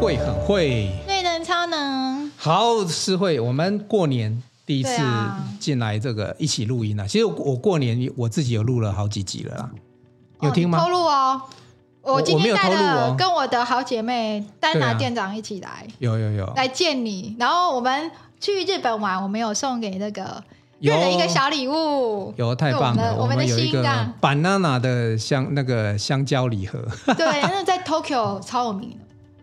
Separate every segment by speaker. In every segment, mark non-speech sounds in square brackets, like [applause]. Speaker 1: 会很会，
Speaker 2: 最能超能，
Speaker 1: 好是会。我们过年第一次
Speaker 2: 对啊
Speaker 1: 进来这个一起录音啊，其实我我过年我自己有录了好几集了啦，有
Speaker 2: 哦
Speaker 1: 听
Speaker 2: 你
Speaker 1: 吗
Speaker 2: 透？露哦，
Speaker 1: 我
Speaker 2: 我今
Speaker 1: 我没有
Speaker 2: 天带
Speaker 1: 透露哦
Speaker 2: 了跟我的好姐妹丹
Speaker 1: 对啊
Speaker 2: 拿店长一起来、
Speaker 1: 有有有，
Speaker 2: 来见你，然后我们去日本玩，我们有送给那个
Speaker 1: 有
Speaker 2: 月的一个小礼物，
Speaker 1: 有太棒
Speaker 2: 对
Speaker 1: 了！
Speaker 2: 我们我们的
Speaker 1: 有一个
Speaker 2: 心啊
Speaker 1: banana 的香那个香蕉礼盒， [laughs]
Speaker 2: 对，那在 Tokyo 超有名的，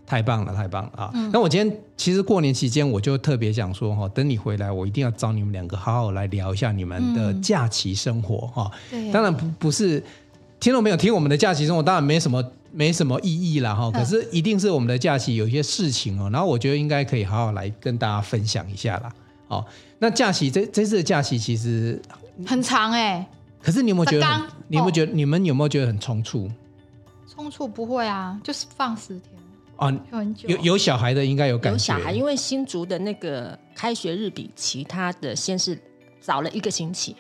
Speaker 1: 太棒了，太棒了啊！
Speaker 2: 嗯
Speaker 1: 那我今天其实过年期间我就特别想说哈，等你回来，我一定要找你们两个好好来聊一下你们的
Speaker 2: 嗯
Speaker 1: 假期生活哈。
Speaker 2: 对，
Speaker 1: 当然不不是听众朋友听我们的假期生活，当然没什么没什么意义啦哈。可
Speaker 2: 嗯
Speaker 1: 是一定是我们的假期有一些事情哦，然后我觉得应该可以好好来跟大家分享一下啦。哦，那假期这这次的假期其实，
Speaker 2: 很长哎、
Speaker 1: 可是你有没有觉得
Speaker 2: 十
Speaker 1: 很
Speaker 2: 天？
Speaker 1: 你有没有
Speaker 3: 哦
Speaker 1: 觉得、你们有没有觉得很冲突
Speaker 2: 冲突不会啊，就是放十天，
Speaker 1: 啊？
Speaker 2: 就很久，
Speaker 1: 有有小孩的应该有感觉，
Speaker 3: 有小孩，因为新竹的那个开学日比其他的先是早了一个星期。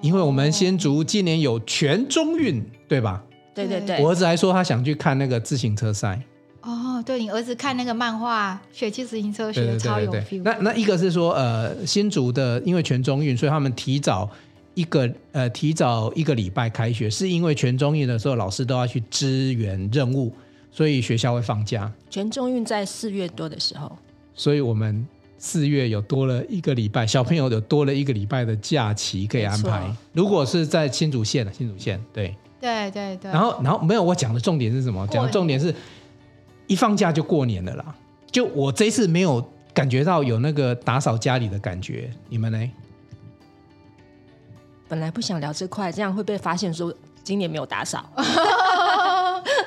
Speaker 1: 因为我们先竹今年有全中运，对吧？
Speaker 3: 对对
Speaker 2: 对
Speaker 3: 对，
Speaker 1: 我儿子还说他想去看那个自行车赛。
Speaker 2: 哦，对你儿子看那个漫画《血气自行车》学
Speaker 1: 对
Speaker 2: 的超
Speaker 1: 对
Speaker 2: 有
Speaker 1: 对对
Speaker 2: feel，
Speaker 1: 那那一个是说，呃，新竹的因为全中运，所以他们提早一个呃提早一个礼拜开学，是因为全中运的时候老师都要去支援任务，所以学校会放假，
Speaker 3: 全中运在四月多的时候，
Speaker 1: 所以我们四月有多了一个礼拜，小朋友有多了一个礼拜的假期可以安排
Speaker 3: 没错。
Speaker 1: 如果是在新竹县的啊新竹县，对，
Speaker 2: 对对对，
Speaker 1: 然后然后没有我讲的重点是什么？
Speaker 2: 嗯过年
Speaker 1: 讲的重点是一放假就过年了啦。就我这一次没有感觉到有那个打扫家里的感觉，你们呢？
Speaker 3: 本来不想聊这块，这样会被发现说今年没有打扫。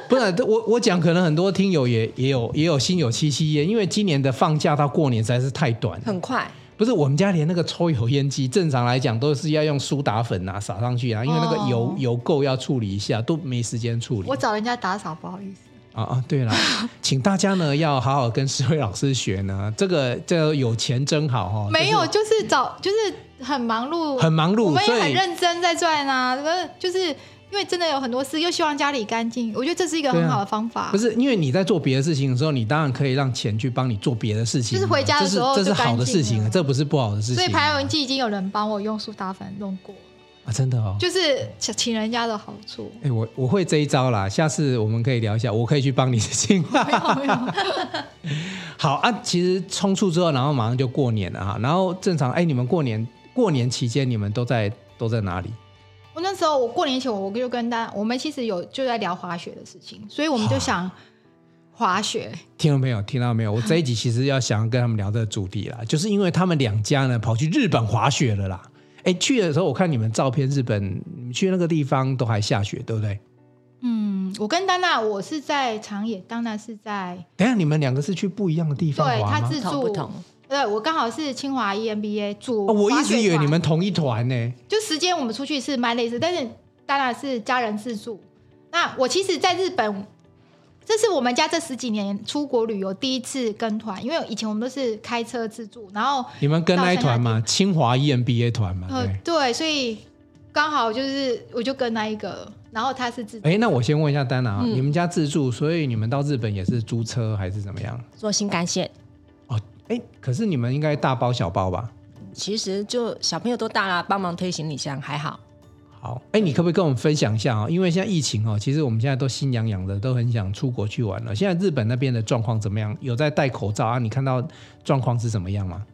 Speaker 1: 不然我我讲可能很多听友也也有也有心有戚戚焉，因为今年的放假到过年实在是太短了。
Speaker 3: 很快，
Speaker 1: 不是我们家连那个抽油烟机，正常来讲都是要用苏打粉啊撒上去啊，因为那个油、
Speaker 2: 哦
Speaker 1: 油垢要处理一下，都没时间处理。
Speaker 2: 我找人家打扫，不好意思。
Speaker 1: 啊啊，对了，请大家呢要好好跟思慧老师学呢，这个这个有钱真好哈、哦，
Speaker 2: 没有，就是找，就是很忙碌，
Speaker 1: 很忙碌
Speaker 2: 我们
Speaker 1: 所以
Speaker 2: 也很认真在赚啊。可是就是因为真的有很多事，又希望家里干净，我觉得这是一个
Speaker 1: 对啊
Speaker 2: 很好的方法。
Speaker 1: 不是因为你在做别的事情的时候，你当然可以让钱去帮你做别的事情嘛，
Speaker 2: 就是回家的时候
Speaker 1: 这是这
Speaker 2: 就是干
Speaker 1: 好
Speaker 2: 净
Speaker 1: 的事情啊，
Speaker 2: 了
Speaker 1: 这不是不好的事情。
Speaker 2: 所以排文剂已经有人帮我用苏打粉弄过，
Speaker 1: 啊，真的哦。
Speaker 2: 就是请请人家的好处。
Speaker 1: 哎、我我会这一招啦，下次我们可以聊一下，我可以去帮你事情。
Speaker 2: [laughs] 没有没有，
Speaker 1: [laughs] 好啊，其实冲出之后，然后马上就过年了哈，然后正常哎、你们过年过年期间你们都在都在哪里？
Speaker 2: 我那时候我过年前我就跟大家，我们其实有就在聊滑雪的事情，所以我们就想滑雪。
Speaker 1: 听到没有？听到
Speaker 2: [laughs]
Speaker 1: 没有？我这一集其实要想要跟他们聊这个主题啦，就是因为他们两家呢跑去日本滑雪了啦。哎，去的时候我看你们照片，日本你们去那个地方都还下雪，对不对？
Speaker 2: 嗯，我跟丹娜，我是在长野，丹娜是在
Speaker 1: 等一下你们两个是去不一样的地方
Speaker 2: 对，
Speaker 1: 滑
Speaker 2: 她
Speaker 1: 吗？
Speaker 2: 自
Speaker 3: 同
Speaker 2: 助
Speaker 3: 不同？
Speaker 2: 对，我刚好是清华 E EMBA 组、
Speaker 1: 哦，我一直以为你们同一团呢。
Speaker 2: 就时间我们出去是蛮类似，但是当然是家人自助。那我其实在日本，这是我们家这十几年出国旅游第一次跟团，因为以前我们都是开车自助，然后
Speaker 1: 你们跟那一团嘛，清华 EMBA 团嘛，
Speaker 2: 呃
Speaker 1: 对。
Speaker 2: 对，所以刚好就是我就跟那一个，然后他是自助，
Speaker 1: 哎，那我先问一下丹娜啊，
Speaker 3: 嗯
Speaker 1: 你们家自助，所以你们到日本也是租车还是怎么样？
Speaker 3: 做新干线，
Speaker 1: 哦，哎，可是你们应该大包小包吧？
Speaker 3: 其实就小朋友都大了，帮忙推行李箱还好。
Speaker 1: 好，哎，你可不可以跟我们分享一下啊、因为现在疫情哦，其实我们现在都心痒痒的，都很想出国去玩了。现在日本那边的状况怎么样？有在戴口罩啊？你看到状况是怎么样
Speaker 3: [laughs]
Speaker 1: 吗？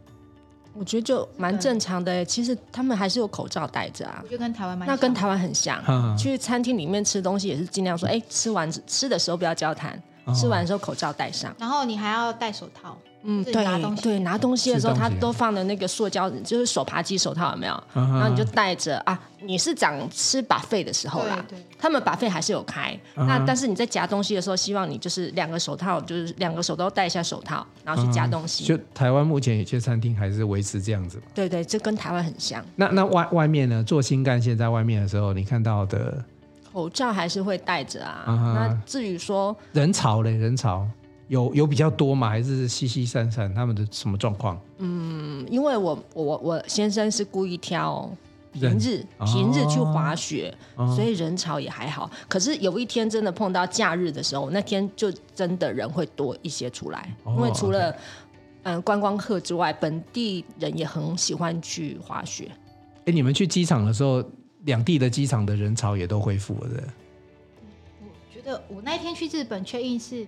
Speaker 3: 我觉得就蛮正常的耶，其实他们还是有口罩戴着啊
Speaker 2: 我。就跟台湾蛮
Speaker 3: 那跟
Speaker 2: 像
Speaker 3: 台湾很像，
Speaker 1: 嗯
Speaker 3: 去餐厅里面吃东西也是尽量说，哎、吃完吃的时候不要交谈，
Speaker 1: 哦
Speaker 3: 吃完的时候口罩戴上。
Speaker 2: 然后你还要戴手套，
Speaker 3: 嗯，
Speaker 2: 自
Speaker 3: 对
Speaker 2: 己拿东西
Speaker 3: 对，拿东西的时候，
Speaker 1: 吃东
Speaker 3: 他
Speaker 1: 西
Speaker 3: 都放的那个塑胶，就是手扒鸡手套有没有？
Speaker 1: 嗯
Speaker 3: 然后你就戴着啊，你是讲吃把费的时候啦
Speaker 2: 对对，
Speaker 3: 他们把费还是有开，
Speaker 1: 嗯
Speaker 3: 那但是你在夹东西的时候，希望你就是两个手套，就是两个手都戴一下手套，然后去夹东
Speaker 1: 嗯
Speaker 3: 西。
Speaker 1: 就台湾目前有些餐厅还是维持这样子嘛。
Speaker 3: 对对，这跟台湾很像，
Speaker 1: 那那外外面呢？坐新干线在外面的时候，你看到的
Speaker 3: 口罩还是会戴着啊。
Speaker 1: 嗯
Speaker 3: 那至于说
Speaker 1: 人潮嘞？人潮有有比较多吗？还是稀稀散散？他们的什么状况？
Speaker 3: 嗯因为我我我我先生是故意挑平日
Speaker 1: 哦
Speaker 3: 平日去滑雪，
Speaker 1: 哦
Speaker 3: 所以人潮也还好。可是有一天真的碰到假日的时候，那天就真的人会多一些出来，
Speaker 1: 哦
Speaker 3: 因为除了嗯、观光客之外，本地人也很喜欢去滑雪。
Speaker 1: 哎，你们去机场的时候，两地的机场的人潮也都恢复了的。
Speaker 2: 我觉得我那一天去日本确定是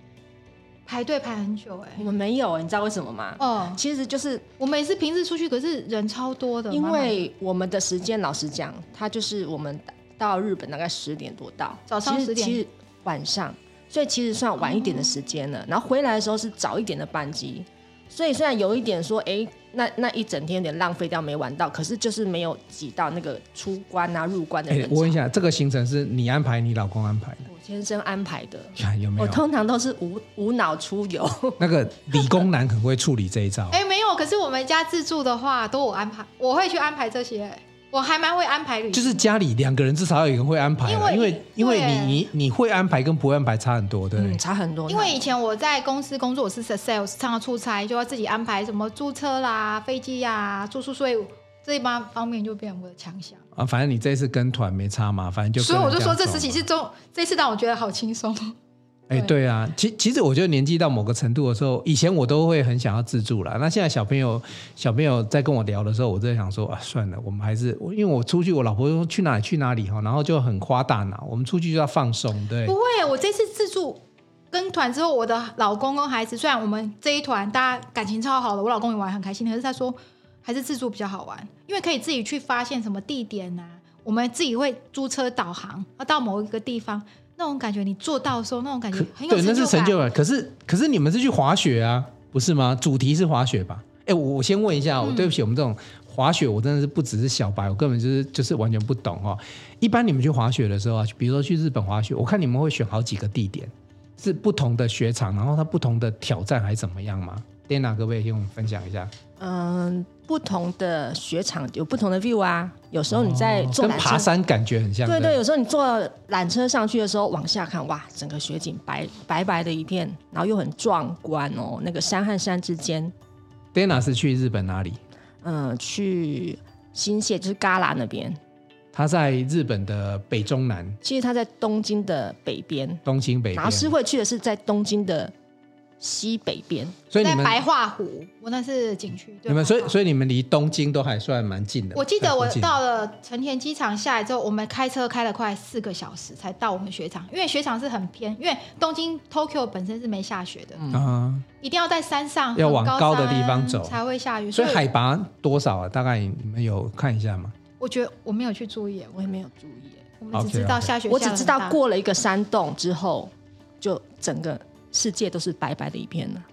Speaker 2: 排队排很久哎、
Speaker 3: 我们没有，你知道为什么吗？
Speaker 2: 哦，
Speaker 3: 其实就是
Speaker 2: 我们也是平日出去，可是人超多的，
Speaker 3: 因
Speaker 2: 满满的
Speaker 3: 为我们的时间，老实讲，它就是我们到日本大概十点多到，
Speaker 2: 早上
Speaker 3: 其实
Speaker 2: 10点哦
Speaker 3: 其实晚上，所以其实算晚一点的时间了。然后回来的时候是早一点的班机，所以虽然有一点说，哎，那那一整天有点浪费掉没玩到，可是就是没有挤到那个出关啊入关的
Speaker 1: 哎
Speaker 3: 人，
Speaker 1: 我问一
Speaker 3: 潮。
Speaker 1: 下，这个行程是你安排，你老公安排的？
Speaker 3: 我先生安排的，
Speaker 1: 看有没
Speaker 3: 我
Speaker 1: 有？
Speaker 3: 通常都是无无脑出游。
Speaker 1: [laughs] 那个理工男很会处理这一招。
Speaker 2: 哎、没有，可是我们家自助的话，都我安排，我会去安排这些、我还蛮会安排旅行。
Speaker 1: 就是家里两个人至少要有一个人会安排啊啦，因
Speaker 2: 因为
Speaker 1: 为因为
Speaker 2: 对
Speaker 1: 你你你会安排跟不会安排差很多，对不对
Speaker 3: 嗯，？差很多呢。
Speaker 2: 因为以前我在公司工作，我是 sales，常常出差，就要自己安排什么租车啦、飞机呀、住宿，所以这一方方面就变成我的强项。
Speaker 1: 啊，反正你这次跟团没差嘛，反正就
Speaker 2: 嗯所以
Speaker 1: 跟
Speaker 2: 我
Speaker 1: 人
Speaker 2: 就
Speaker 1: 家
Speaker 2: 说，这
Speaker 1: 走
Speaker 2: 事情
Speaker 1: 嘛
Speaker 2: 是中，这次让我觉得好轻松。哦
Speaker 1: 哎，对啊，其其实我觉得年纪到某个程度的时候，以前我都会很想要自助啦。那现在小朋友小朋友在跟我聊的时候，我在想说啊，算了，我们还是我因为我出去，我老婆说去哪里去哪里哈，然后就很花大脑。我们出去就要放松，对
Speaker 2: 不，会，我这次自助跟团之后，我的老公跟孩子，虽然我们这一团大家感情超好的，我老公也玩得很开心，可是他说还是自助比较好玩，因为可以自己去发现什么地点呐、我们自己会租车导航，要到某一个地方，那种感觉你做到的时候，那种感觉
Speaker 1: 可
Speaker 2: 很有
Speaker 1: 对，那是成
Speaker 2: 感。
Speaker 1: 就感。可是可是你们是去滑雪啊，不是吗？主题是滑雪吧？哎，我我先问一
Speaker 3: 嗯
Speaker 1: 下，我对不起，我们这种滑雪，我真的是不只是小白，我根本就是就是完全不懂哦。一般你们去滑雪的时候啊，比如说去日本滑雪，我看你们会选好几个地点，是不同的雪场，然后它不同的挑战还怎么样吗？Dana，可不可以跟我们分享一下？
Speaker 3: 嗯，不同的雪场有不同的 view 啊。有时候你在
Speaker 1: 哦
Speaker 3: 坐
Speaker 1: 跟
Speaker 3: 缆车
Speaker 1: 爬山感觉很像，
Speaker 3: 对
Speaker 1: 对
Speaker 3: 对，有时候你坐缆车上去的时候，往下看，哇，整个雪景白白白的一片，然后又很壮观哦。那个山和山之间，
Speaker 1: 对。Dana 是去日本哪里？
Speaker 3: 嗯、去新泻就是旮旯那边，
Speaker 1: 他在日本的北中南、
Speaker 3: 其实它在东京的北边，
Speaker 1: 东京北
Speaker 3: 然后
Speaker 1: 边，
Speaker 3: 诗慧去的是在东京的西北边，
Speaker 1: 所以你
Speaker 2: 在
Speaker 1: 们
Speaker 2: 白桦湖，我那是景区。对
Speaker 1: 你 [laughs] 们所
Speaker 2: 白桦
Speaker 1: 以
Speaker 2: 湖
Speaker 1: 所以你们离东京都还算蛮近的。
Speaker 2: 我记得
Speaker 1: 在附啊
Speaker 2: 我
Speaker 1: 近
Speaker 2: 到了成田机场下来之后，我们开车开了快四个小时才到我们雪场，因为雪场是很偏，因为东京 Tokyo 本身是没下雪的，
Speaker 3: 嗯
Speaker 1: 啊，
Speaker 2: 一定要在山上
Speaker 1: 要
Speaker 2: 很
Speaker 1: 往
Speaker 2: 高
Speaker 1: 高的
Speaker 2: 山
Speaker 1: 地方走
Speaker 2: 才会下雨。
Speaker 1: 所以海拔多少啊？大概你们有看一下吗？
Speaker 2: 我觉得我没有去注意，
Speaker 3: 我也没有注意，
Speaker 2: 我们只知道下雪
Speaker 3: 我只知道
Speaker 2: 过
Speaker 3: 过了一个山洞之后，就整个世界都是白白的一片了。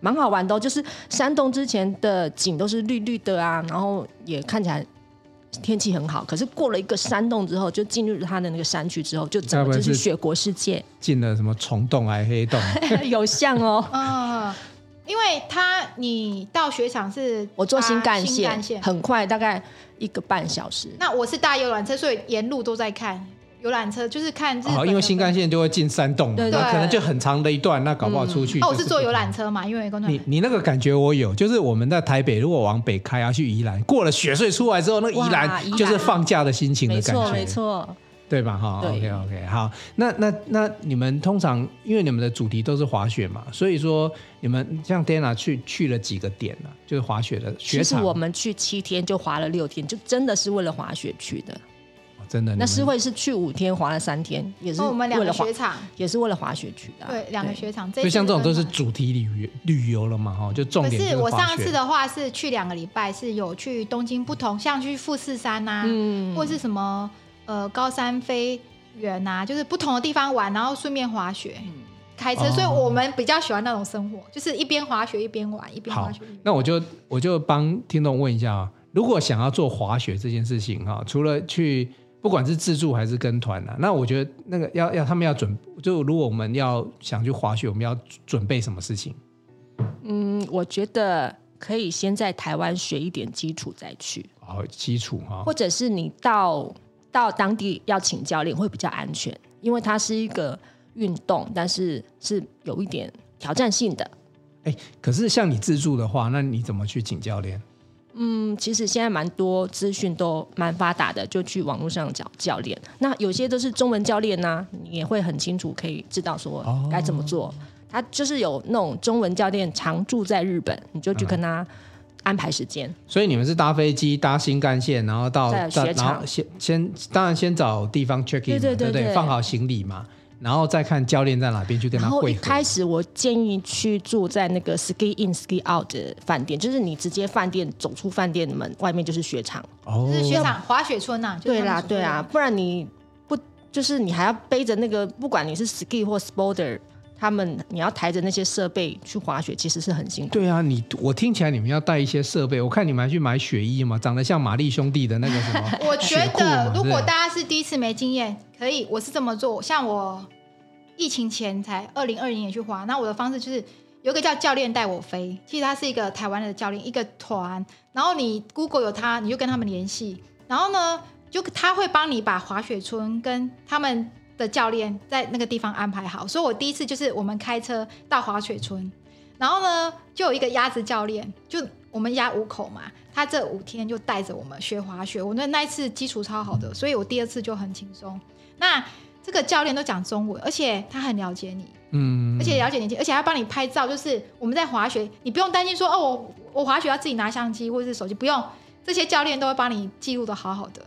Speaker 3: 蛮好玩的、哦，就是山洞之前的景都是绿绿的啊，然后也看起来天气很好。可是过了一个山洞之后，就进入它的那个山区之后，就整个就是雪国世界， [laughs]
Speaker 1: 进了什么虫洞还黑
Speaker 2: [laughs]
Speaker 1: 洞？
Speaker 3: 有像哦。
Speaker 2: 嗯，因为它你到雪场是
Speaker 3: 我坐新干
Speaker 2: 搭
Speaker 3: 线，
Speaker 2: 啊新干线，
Speaker 3: 很快，大概一个半小时。
Speaker 2: 那我是搭游览车，所以沿路都在看游览车，就是看日本
Speaker 1: 哦，
Speaker 2: 的
Speaker 1: 因为新干
Speaker 2: 线。
Speaker 1: 线就会进山洞嘛，
Speaker 3: 对
Speaker 1: 那
Speaker 2: 对
Speaker 1: 可能就很长的一段，那搞不好出去。
Speaker 2: 哦，我是坐游览。车嘛，因为工作人
Speaker 1: 你
Speaker 2: 员
Speaker 1: 你那个感觉我有，就是我们在台北，如果往北开要去宜兰，过了雪隧出来之后，那个宜
Speaker 3: 哇宜
Speaker 1: 兰
Speaker 3: 兰
Speaker 1: 就是放假的心情的
Speaker 3: 没
Speaker 1: 感
Speaker 3: 错，
Speaker 1: 觉，
Speaker 3: 没错，
Speaker 1: 对吧？哈
Speaker 3: 对
Speaker 1: ，OK OK，好，那那那你们通常因为你们的主题都是滑雪嘛，所以说你们像 Dana 去去了几个点呢、就是滑雪的雪
Speaker 3: 其实
Speaker 1: 场，
Speaker 3: 我们去七天就滑了六天，就真的是为了滑雪去的。
Speaker 1: 哦真的你
Speaker 3: 那
Speaker 1: 们
Speaker 3: 诗慧是去五天，滑了三天，也是
Speaker 2: 哦我们两
Speaker 3: 为
Speaker 2: 个
Speaker 3: 了滑
Speaker 2: 雪，场，
Speaker 3: 也是为了滑雪去的啊、
Speaker 2: 对，两个雪场，
Speaker 1: 所以像这种都是
Speaker 2: 这一次
Speaker 1: 主题旅游旅游了嘛，哈，就重
Speaker 2: 跟团。可
Speaker 1: 点就是
Speaker 2: 我
Speaker 1: 滑
Speaker 2: 上
Speaker 1: 雪
Speaker 2: 次的话是去两个礼拜，是有去东京不同，像去富士山呐、
Speaker 3: 嗯
Speaker 2: 或是什么呃高山飞园呐、就是不同的地方玩，然后顺便滑雪、开车，
Speaker 1: 哦
Speaker 2: 所以我们比较喜欢那种生活，就是一边滑雪一边玩，一边
Speaker 1: 好
Speaker 2: 滑雪一边玩。
Speaker 1: 那我就我就帮听众问一下啊，如果想要做滑雪这件事情哈，除了去不管是自助还是跟团啊，那我觉得那个要要他们要准，就如果我们要想去滑雪，我们要准备什么事情？
Speaker 3: 嗯，我觉得可以先在台湾学一点基础再去，
Speaker 1: 好，基础哈
Speaker 3: 或，者是你到到当地要请教练会比较安全，因为它是一个运动，但是是有一点挑战性的。
Speaker 1: 哎，可是像你自助的话，那你怎么去请教练？
Speaker 3: 嗯，其实现在蛮多资讯都蛮发达的，就去网络上找教练。那有些都是中文教练呐、啊你也会很清楚可以知道说
Speaker 1: 哦
Speaker 3: 该怎么做。他就是有那种中文教练常住在日本，你就去
Speaker 1: 嗯
Speaker 3: 跟他安排时间。
Speaker 1: 所以你们是搭飞机搭新干线，然后到
Speaker 3: 在
Speaker 1: 到
Speaker 3: 雪场
Speaker 1: 然后先先当然先找地方 check in，嘛
Speaker 3: 对对对
Speaker 1: 对不
Speaker 3: 对
Speaker 1: 放好行李嘛，然后再看教练在哪边去跟
Speaker 3: 然
Speaker 1: 他
Speaker 3: 后一
Speaker 1: 会合。
Speaker 3: 开始我建议去住在那个 ski in ski out 的饭店，就是你直接饭店走出饭店门外面就是雪场。
Speaker 1: 哦
Speaker 2: 就是雪场滑雪村呐、啊就是
Speaker 3: 对
Speaker 2: 他
Speaker 3: 啦，
Speaker 2: 们所
Speaker 3: 对啊啦，
Speaker 2: 谓的，，
Speaker 3: 不然你不就是你还要背着那个，不管你是 ski 或 sporter，他们你要抬着那些设备去滑雪，其实是很辛苦。
Speaker 1: 对啊，你我听起来你们要带一些设备，我看你们还去买雪衣嘛，长得像玛丽兄弟的那个什么
Speaker 3: [laughs]
Speaker 2: 我觉
Speaker 1: 雪裤
Speaker 2: 得
Speaker 1: 嘛
Speaker 2: 如
Speaker 1: 对
Speaker 2: 果大家是第一次没经验，可以，我是这么做。像我疫情前才二零二零年去滑，那我的方式就是有一个叫教练带我飞，其实他是一个台湾的教练，一个团，然后你 Google 有他，你就跟他们联系，然后呢，就他会帮你把滑雪村跟他们的教练在那个地方安排好。所以我第一次就是我们开车到滑雪村，然后呢，就有一个鸭子教练，就我们鸭五口嘛，他这五天就带着我们学滑雪。我那那一次基础超好的，所以我第二次就很轻松。那这个教练都讲中文，而且他很了解你，
Speaker 1: 嗯
Speaker 2: 而，且了解年纪，而且还帮你拍照。就是我们在滑雪，你不用担心说哦，我我滑雪要自己拿相机或者是手机，不用，这些教练都会帮你记录的好好的。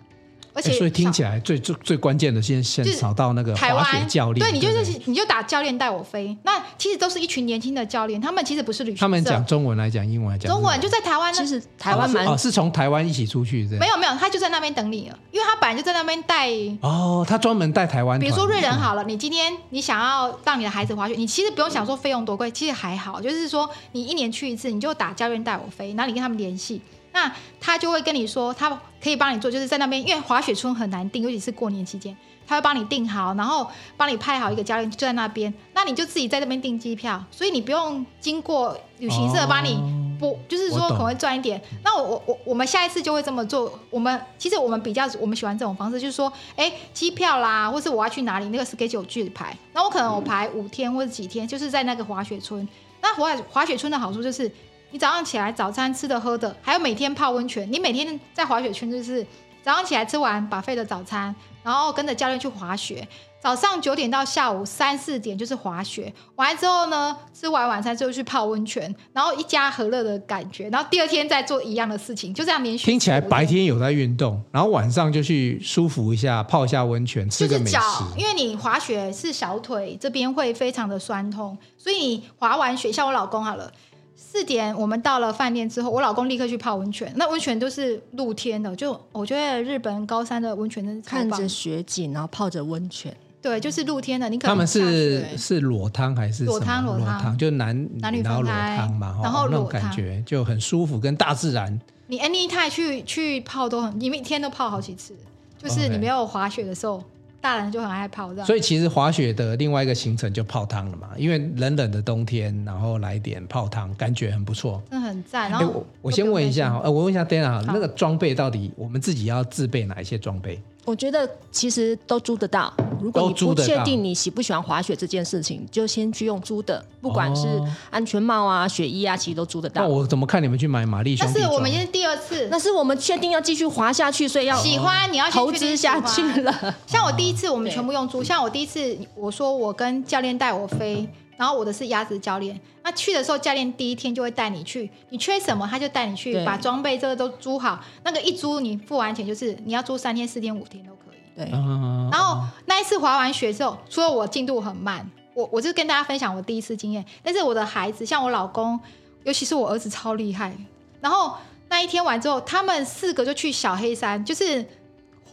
Speaker 2: 而且、
Speaker 1: 哎诶所以听起来最最最关键的先先
Speaker 2: 就是
Speaker 1: 找到那个
Speaker 2: 台
Speaker 1: 滑雪
Speaker 2: 湾
Speaker 1: 教练，
Speaker 2: 对你就
Speaker 1: 不
Speaker 2: 是你就打教练带我飞。那其实都是一群年轻的教练，他们其实不是旅行社，
Speaker 1: 他们讲中文来讲，英文来讲，
Speaker 2: 中文就在台湾呢
Speaker 3: 其。实台湾蛮
Speaker 1: 哦，是从台湾一起出去这
Speaker 2: 没
Speaker 1: 样。
Speaker 2: 有没有，他就在那边等你了，因为他本来就在那边带。
Speaker 1: 哦，他专门带台湾团，哦
Speaker 2: 比如说瑞人好了，你今天你想要让你的孩子滑雪，你其实不用想说费用多贵，其实还好，就是说你一年去一次，你就打教练带我飞，然后你跟他们联系，那他就会跟你说，他可以帮你做，就是在那边，因为滑雪村很难订，尤其是过年期间，他会帮你订好，然后帮你派好一个教练就在那边，那你就自己在那边订机票，所以你不用经过旅行社帮你
Speaker 1: 哦
Speaker 2: 不，就是
Speaker 1: 我
Speaker 2: 说
Speaker 1: 懂嗯
Speaker 2: 可能会赚一点。那我我我我们下一次就会这么做。我们其实我们比较我们喜欢这种方式，就是说，哎，机票啦，或是我要去哪里，那个 schedule 去排。那我可
Speaker 1: 嗯
Speaker 2: 能我排五天或者几天，就是在那个滑雪村。那滑滑雪村的好处就是，你早上起来早餐吃的喝的，还有每天泡温泉。你每天在滑雪村就是早上起来吃完把费的早餐，然后跟着教练去滑雪。早上九点到下午三四点就是滑雪，完了之后呢，吃完晚餐之后去泡温泉，然后一家和乐的感觉，然后第二天再做一样的事情，就这样连续
Speaker 1: 听起来
Speaker 2: 四五
Speaker 1: 白
Speaker 2: 天
Speaker 1: 天有在运动，然后晚上就去舒服一下，泡一下温泉，吃
Speaker 2: 就
Speaker 1: 个
Speaker 2: 是
Speaker 1: 美食
Speaker 2: 脚。，因为你滑雪是小腿这边会非常的酸痛，所以你滑完雪，像我老公好了，四点我们到了饭店之后，我老公立刻去泡温泉，那温泉都是露天的，就我觉得日本高山的温泉真是超
Speaker 3: 看
Speaker 2: 棒
Speaker 3: 着，雪景，然后泡着温泉，
Speaker 2: 对，就是露天的，你可能
Speaker 1: 他们
Speaker 2: 下
Speaker 1: 是
Speaker 2: 雪
Speaker 1: 是裸汤还是
Speaker 2: 裸
Speaker 1: 什么
Speaker 2: 汤
Speaker 1: 裸
Speaker 2: 裸汤
Speaker 1: 就男
Speaker 2: 男女
Speaker 1: 然
Speaker 2: 分
Speaker 1: 后裸
Speaker 2: 开
Speaker 1: 汤嘛，
Speaker 2: 然
Speaker 1: 哦
Speaker 2: 后
Speaker 1: 那种
Speaker 2: 裸
Speaker 1: 感
Speaker 2: 汤
Speaker 1: 觉就很舒服，跟大自然。
Speaker 2: 你 anytime 去去泡都很，你每天都泡好几次，就是你
Speaker 1: OK
Speaker 2: 没有滑雪的时候，大人就很爱泡这样。
Speaker 1: 所以其实滑雪的另外一个行程就泡汤了嘛，因为冷冷的冬天，然后来点泡汤，感觉很不错。
Speaker 2: 真的很赞，然
Speaker 1: 哎、
Speaker 2: 后
Speaker 1: 我
Speaker 2: 都
Speaker 1: 我先
Speaker 2: 不用
Speaker 1: 问一下
Speaker 2: 担
Speaker 1: 哈
Speaker 2: 心，，
Speaker 1: 呃，我问一下 Dana，那个装备到底我们自己要自备哪一些装备？
Speaker 3: 我觉得其实都租得到。如果
Speaker 1: 都
Speaker 3: 你
Speaker 1: 租
Speaker 3: 不
Speaker 1: 得
Speaker 3: 确
Speaker 1: 到
Speaker 3: 定你喜不喜欢滑雪这件事情，就先去用租的，不管是
Speaker 1: 哦
Speaker 3: 安全帽啊、雪衣啊，其实都租得
Speaker 1: 那
Speaker 3: 到。
Speaker 1: 我怎么看你们去买玛丽兄
Speaker 2: 但
Speaker 1: 弟
Speaker 2: 是我
Speaker 1: 装
Speaker 2: 们已经是第二次，
Speaker 3: 那是我们确定要继续滑下去，所以要
Speaker 2: 喜欢你要先
Speaker 3: 投
Speaker 2: 确定
Speaker 3: 资
Speaker 2: 喜
Speaker 3: 下
Speaker 2: 欢
Speaker 3: 去了。
Speaker 2: 像我第一次，我们
Speaker 3: 对
Speaker 2: 全部用租。像我第一次，我说我跟教练带我飞，然后我的是鸭子教练。那去的时候，教练第一天就会带你去，你缺什么他就带你去，
Speaker 3: 对
Speaker 2: 把装备这个都租好。那个一租，你付完钱就是你要租三天、四天、五天都可以。
Speaker 3: 对，
Speaker 1: 啊
Speaker 2: 然后那一次滑完雪之后，除了我进度很慢，我我就跟大家分享我第一次经验。但是我的孩子，像我老公，尤其是我儿子超厉害。然后那一天完之后，他们四个就去小黑山，就是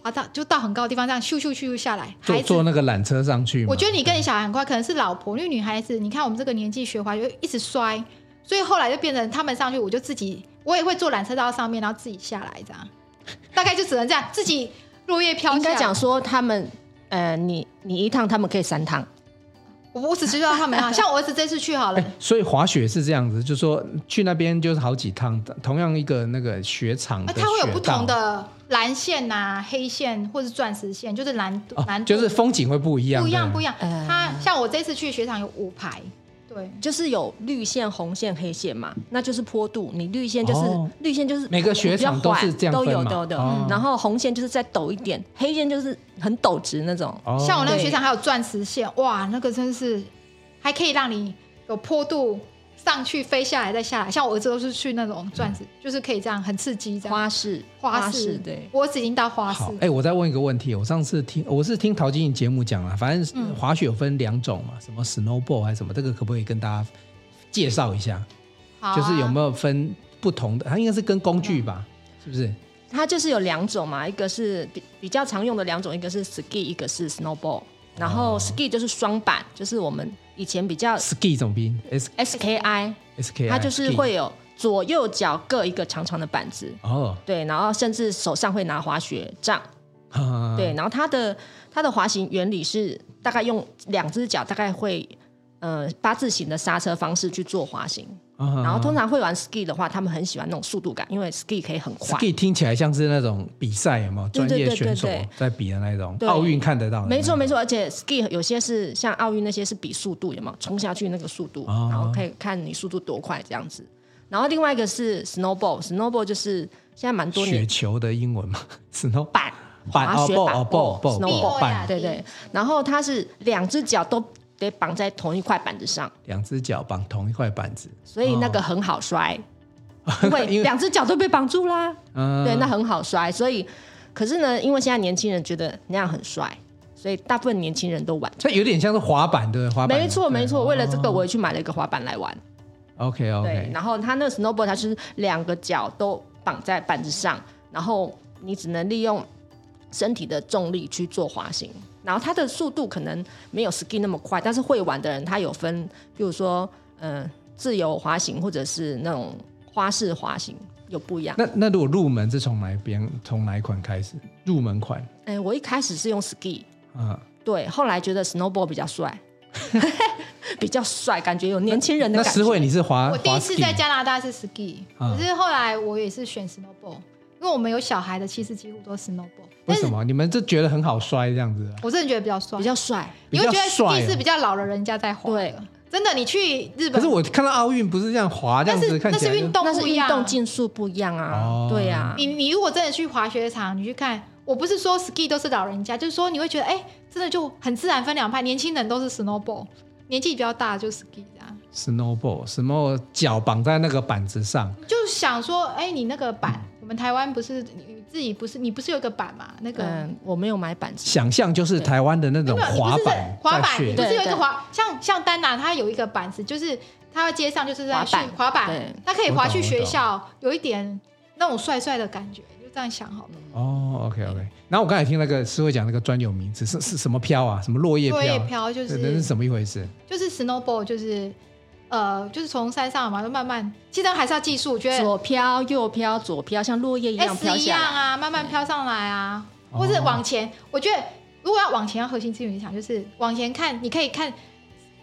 Speaker 2: 滑到就到很高的地方，这样咻咻咻咻下来。
Speaker 1: 坐
Speaker 2: 孩子
Speaker 1: 坐那个缆车上去嘛。
Speaker 2: 我觉得你跟你小孩很快，可能是老婆，因为女孩子，你看我们这个年纪学滑就一直摔，所以后来就变成他们上去，我就自己，我也会坐缆车到上面，然后自己下来这样，大概就只能这样，自己落叶飘
Speaker 3: 应
Speaker 2: 下
Speaker 3: 该
Speaker 2: 来。
Speaker 3: 讲说他们，呃，你你一趟，他们可以三趟。
Speaker 2: 我我只知道他
Speaker 1: [laughs]
Speaker 2: 们好，像我儿子这次去好了，
Speaker 1: 哎
Speaker 2: 啊
Speaker 1: 所以滑雪是这样子，就是说去那边就是好几趟，同样一个那个雪场
Speaker 2: 那
Speaker 1: 的雪
Speaker 2: 啊它
Speaker 1: 道，
Speaker 2: 会有不同的蓝线呐、黑线或是钻石线，就是难度
Speaker 1: 哦
Speaker 2: 难度
Speaker 1: 就是风景会不一样，
Speaker 2: 不一样
Speaker 1: 对
Speaker 2: 不一样
Speaker 3: 呃。
Speaker 2: 它像我这次去雪场有五排，对，对，
Speaker 3: 就是有绿线、红线、黑线嘛，那就是坡度。你绿线就是、
Speaker 1: 哦
Speaker 3: 绿线就是
Speaker 1: 每个雪
Speaker 3: 比较
Speaker 1: 场都是
Speaker 3: 缓
Speaker 1: 这样
Speaker 3: 都
Speaker 1: 分
Speaker 3: 有
Speaker 1: 嘛
Speaker 3: 都有的、
Speaker 1: 哦
Speaker 3: 然后红线就是再陡一点，黑线就是很陡直那种。
Speaker 1: 哦
Speaker 2: 像我那个
Speaker 3: 对
Speaker 2: 学长还有钻石线，哇，那个真是还可以让你有坡度上去飞下来再下来。像我儿子都是去那种钻石，就是可以这样很刺激这样。
Speaker 3: 花式，
Speaker 2: 花
Speaker 3: 式，
Speaker 2: 式
Speaker 3: 对，
Speaker 2: 我儿子已经到花式
Speaker 1: 好，哎、我再问一个问题，我上次听我是听陶晶莹节目讲了，啊反
Speaker 2: 嗯
Speaker 1: 正滑雪有分两种嘛，什么 snowboard 啊还是什么，这个可不可以跟大家介绍一下？
Speaker 2: 好啊
Speaker 1: 就是有没有分不同的？它应该是跟工具吧，是不是？
Speaker 3: 它就是有两种嘛，一个是比比较常用的两种，一个是 ski，一个是 snowball。然
Speaker 1: 哦
Speaker 3: 后 ski 就是双板，就是我们以前比较
Speaker 1: ski 怎么拼？s
Speaker 3: SKI，
Speaker 1: s k
Speaker 3: 它就是会有左右脚各一个长长的板子，
Speaker 1: 哦，
Speaker 3: 对，然后甚至手上会拿滑雪杖，
Speaker 1: 哈哈哈啊
Speaker 3: 对，然后它的它的滑行原理是大概用两只脚大概会呃八字形的刹车方式去做滑行，
Speaker 1: 啊哈
Speaker 3: 然后通常会玩 ski 的话，他们很喜欢那种速度感，因为 ski 可以很快。
Speaker 1: ski 听起来像是那种比赛，有没有
Speaker 3: 对
Speaker 1: 专
Speaker 3: 对
Speaker 1: 业
Speaker 3: 对对
Speaker 1: 选手
Speaker 3: 对
Speaker 1: 在比的那种？
Speaker 3: 对
Speaker 1: 奥运看得到的，
Speaker 3: 没错没错，而且 ski 有些是像奥运那些是比速度，有没有冲下去那个速度，
Speaker 1: 哦
Speaker 3: 然后可以看你速度多快这样子。然后另外一个是 snowball，snowball 就是现在蛮多
Speaker 1: 雪
Speaker 3: 年
Speaker 1: 球的英文嘛，snow
Speaker 3: 板
Speaker 1: 板
Speaker 3: 滑
Speaker 1: 哦
Speaker 3: 雪
Speaker 1: ，ball
Speaker 3: 板
Speaker 1: 哦，ball ball
Speaker 3: snowball
Speaker 1: ball 板，
Speaker 3: 对对，然后它是两只脚都得绑在同一块板子上，
Speaker 1: 两只脚绑同一块板子，
Speaker 3: 所以那个很好摔，因
Speaker 1: 哦 [laughs] 因
Speaker 3: 为
Speaker 1: 为
Speaker 3: 两只脚都被绑住啦。
Speaker 1: 嗯
Speaker 3: 对，那很好摔。所以，可是呢，因为现在年轻人觉得那样很帅，所以大部分年轻人都玩。
Speaker 1: 这有点像是滑板，对不对？哦滑板
Speaker 3: 没错，没错。为了这个，我
Speaker 1: 也
Speaker 3: 也去买了一个滑板来玩。
Speaker 1: OK
Speaker 3: 对，
Speaker 1: OK，
Speaker 3: 然后它那个 snowboard 它是两个脚都绑在板子上，然后你只能利用身体的重力去做滑行。然后它的速度可能没有 ski 那么快，但是会玩的人他有分，比如说嗯、呃自由滑行或者是那种花式滑行有不一样。
Speaker 1: 那那如果入门是从哪一边，从哪一款开始？入门款，
Speaker 3: 哎，我一开始是用 ski，
Speaker 1: 嗯，
Speaker 3: 对，后来觉得 snowboard 比较帅，比较帅，感觉有年轻人的
Speaker 1: 那
Speaker 3: 感
Speaker 1: 诗慧
Speaker 3: 觉。
Speaker 1: 你是滑，
Speaker 2: 我第一
Speaker 1: 啊滑
Speaker 2: 次
Speaker 1: ski
Speaker 2: 在加拿大是 ski，
Speaker 1: 嗯
Speaker 2: 可是后来我也是选 snowboard，因为我们有小孩的，其实几乎都 snowboard。
Speaker 1: 为
Speaker 2: 但是
Speaker 1: 什么你们就觉得很好摔这样子啊？
Speaker 2: 我真的觉得比较帅
Speaker 3: 比，较帅，
Speaker 2: 你会觉
Speaker 1: 比
Speaker 2: 得
Speaker 1: 较帅
Speaker 2: ski
Speaker 1: 哦
Speaker 2: 是比较老的人家在滑
Speaker 3: 对
Speaker 2: 的。真的，你去日
Speaker 1: 可
Speaker 2: 本
Speaker 1: 是，我看到奥运不是这样滑这
Speaker 2: 但
Speaker 1: 样
Speaker 2: 是
Speaker 1: 子，看
Speaker 2: 那
Speaker 1: 起来
Speaker 2: 是
Speaker 1: 就
Speaker 2: 运动
Speaker 3: 那是
Speaker 2: 不一
Speaker 3: 运
Speaker 2: 样
Speaker 3: 动
Speaker 2: 啊。
Speaker 3: 竞速不一样啊，
Speaker 1: 哦
Speaker 3: 对呀、啊，
Speaker 2: 你你如果真的去滑雪场，你去看，我不是说 ski 都是老人家，就是说你会觉得，哎、真的就很自然分两派，年轻人都是 snowboard，年纪比较大就 ski 这样。
Speaker 1: snowball 什么脚绑在那个板子上，
Speaker 2: 就想说，哎、你那个
Speaker 1: 嗯
Speaker 2: 板，我们台湾不是你自己不是你不是有个板嘛？那个、
Speaker 3: 嗯，我没有买板子，
Speaker 1: 想象就是台湾的那
Speaker 2: 没
Speaker 1: 种
Speaker 2: 有，你
Speaker 1: 滑
Speaker 2: 不是在
Speaker 1: 板，
Speaker 2: 滑
Speaker 1: 在
Speaker 2: 板，
Speaker 1: 雪
Speaker 2: 你不是有一
Speaker 3: 对
Speaker 2: 个
Speaker 3: 对
Speaker 2: 滑，像像丹拿他有一个板子，就是他要街上就是在去
Speaker 3: 滑板
Speaker 2: 滑板
Speaker 3: 对，
Speaker 2: 他可以
Speaker 1: 我
Speaker 2: 滑
Speaker 1: 懂
Speaker 2: 去
Speaker 1: 我
Speaker 2: 学
Speaker 1: 懂
Speaker 2: 校，有一点那种帅帅的感觉，就这样想好了。
Speaker 1: 哦，OK OK。然后我刚才听那个师会讲那个专有名词是是什么飘啊？什么落叶飘？
Speaker 2: 落叶飘就
Speaker 1: 对那
Speaker 2: 是
Speaker 1: 是什么一回事？
Speaker 2: 就是 snowball，就是呃，就是从山上嘛，就慢慢，其实还是要技术，我觉得
Speaker 3: 左飘右飘左飘，像落叶一样
Speaker 2: S
Speaker 3: 飘
Speaker 2: 一样
Speaker 3: 下来。
Speaker 2: 啊，慢慢飘上来啊，
Speaker 1: 哦
Speaker 2: 或是往前。我觉得如果要往前，要核心资源想就是往前看，你可以看，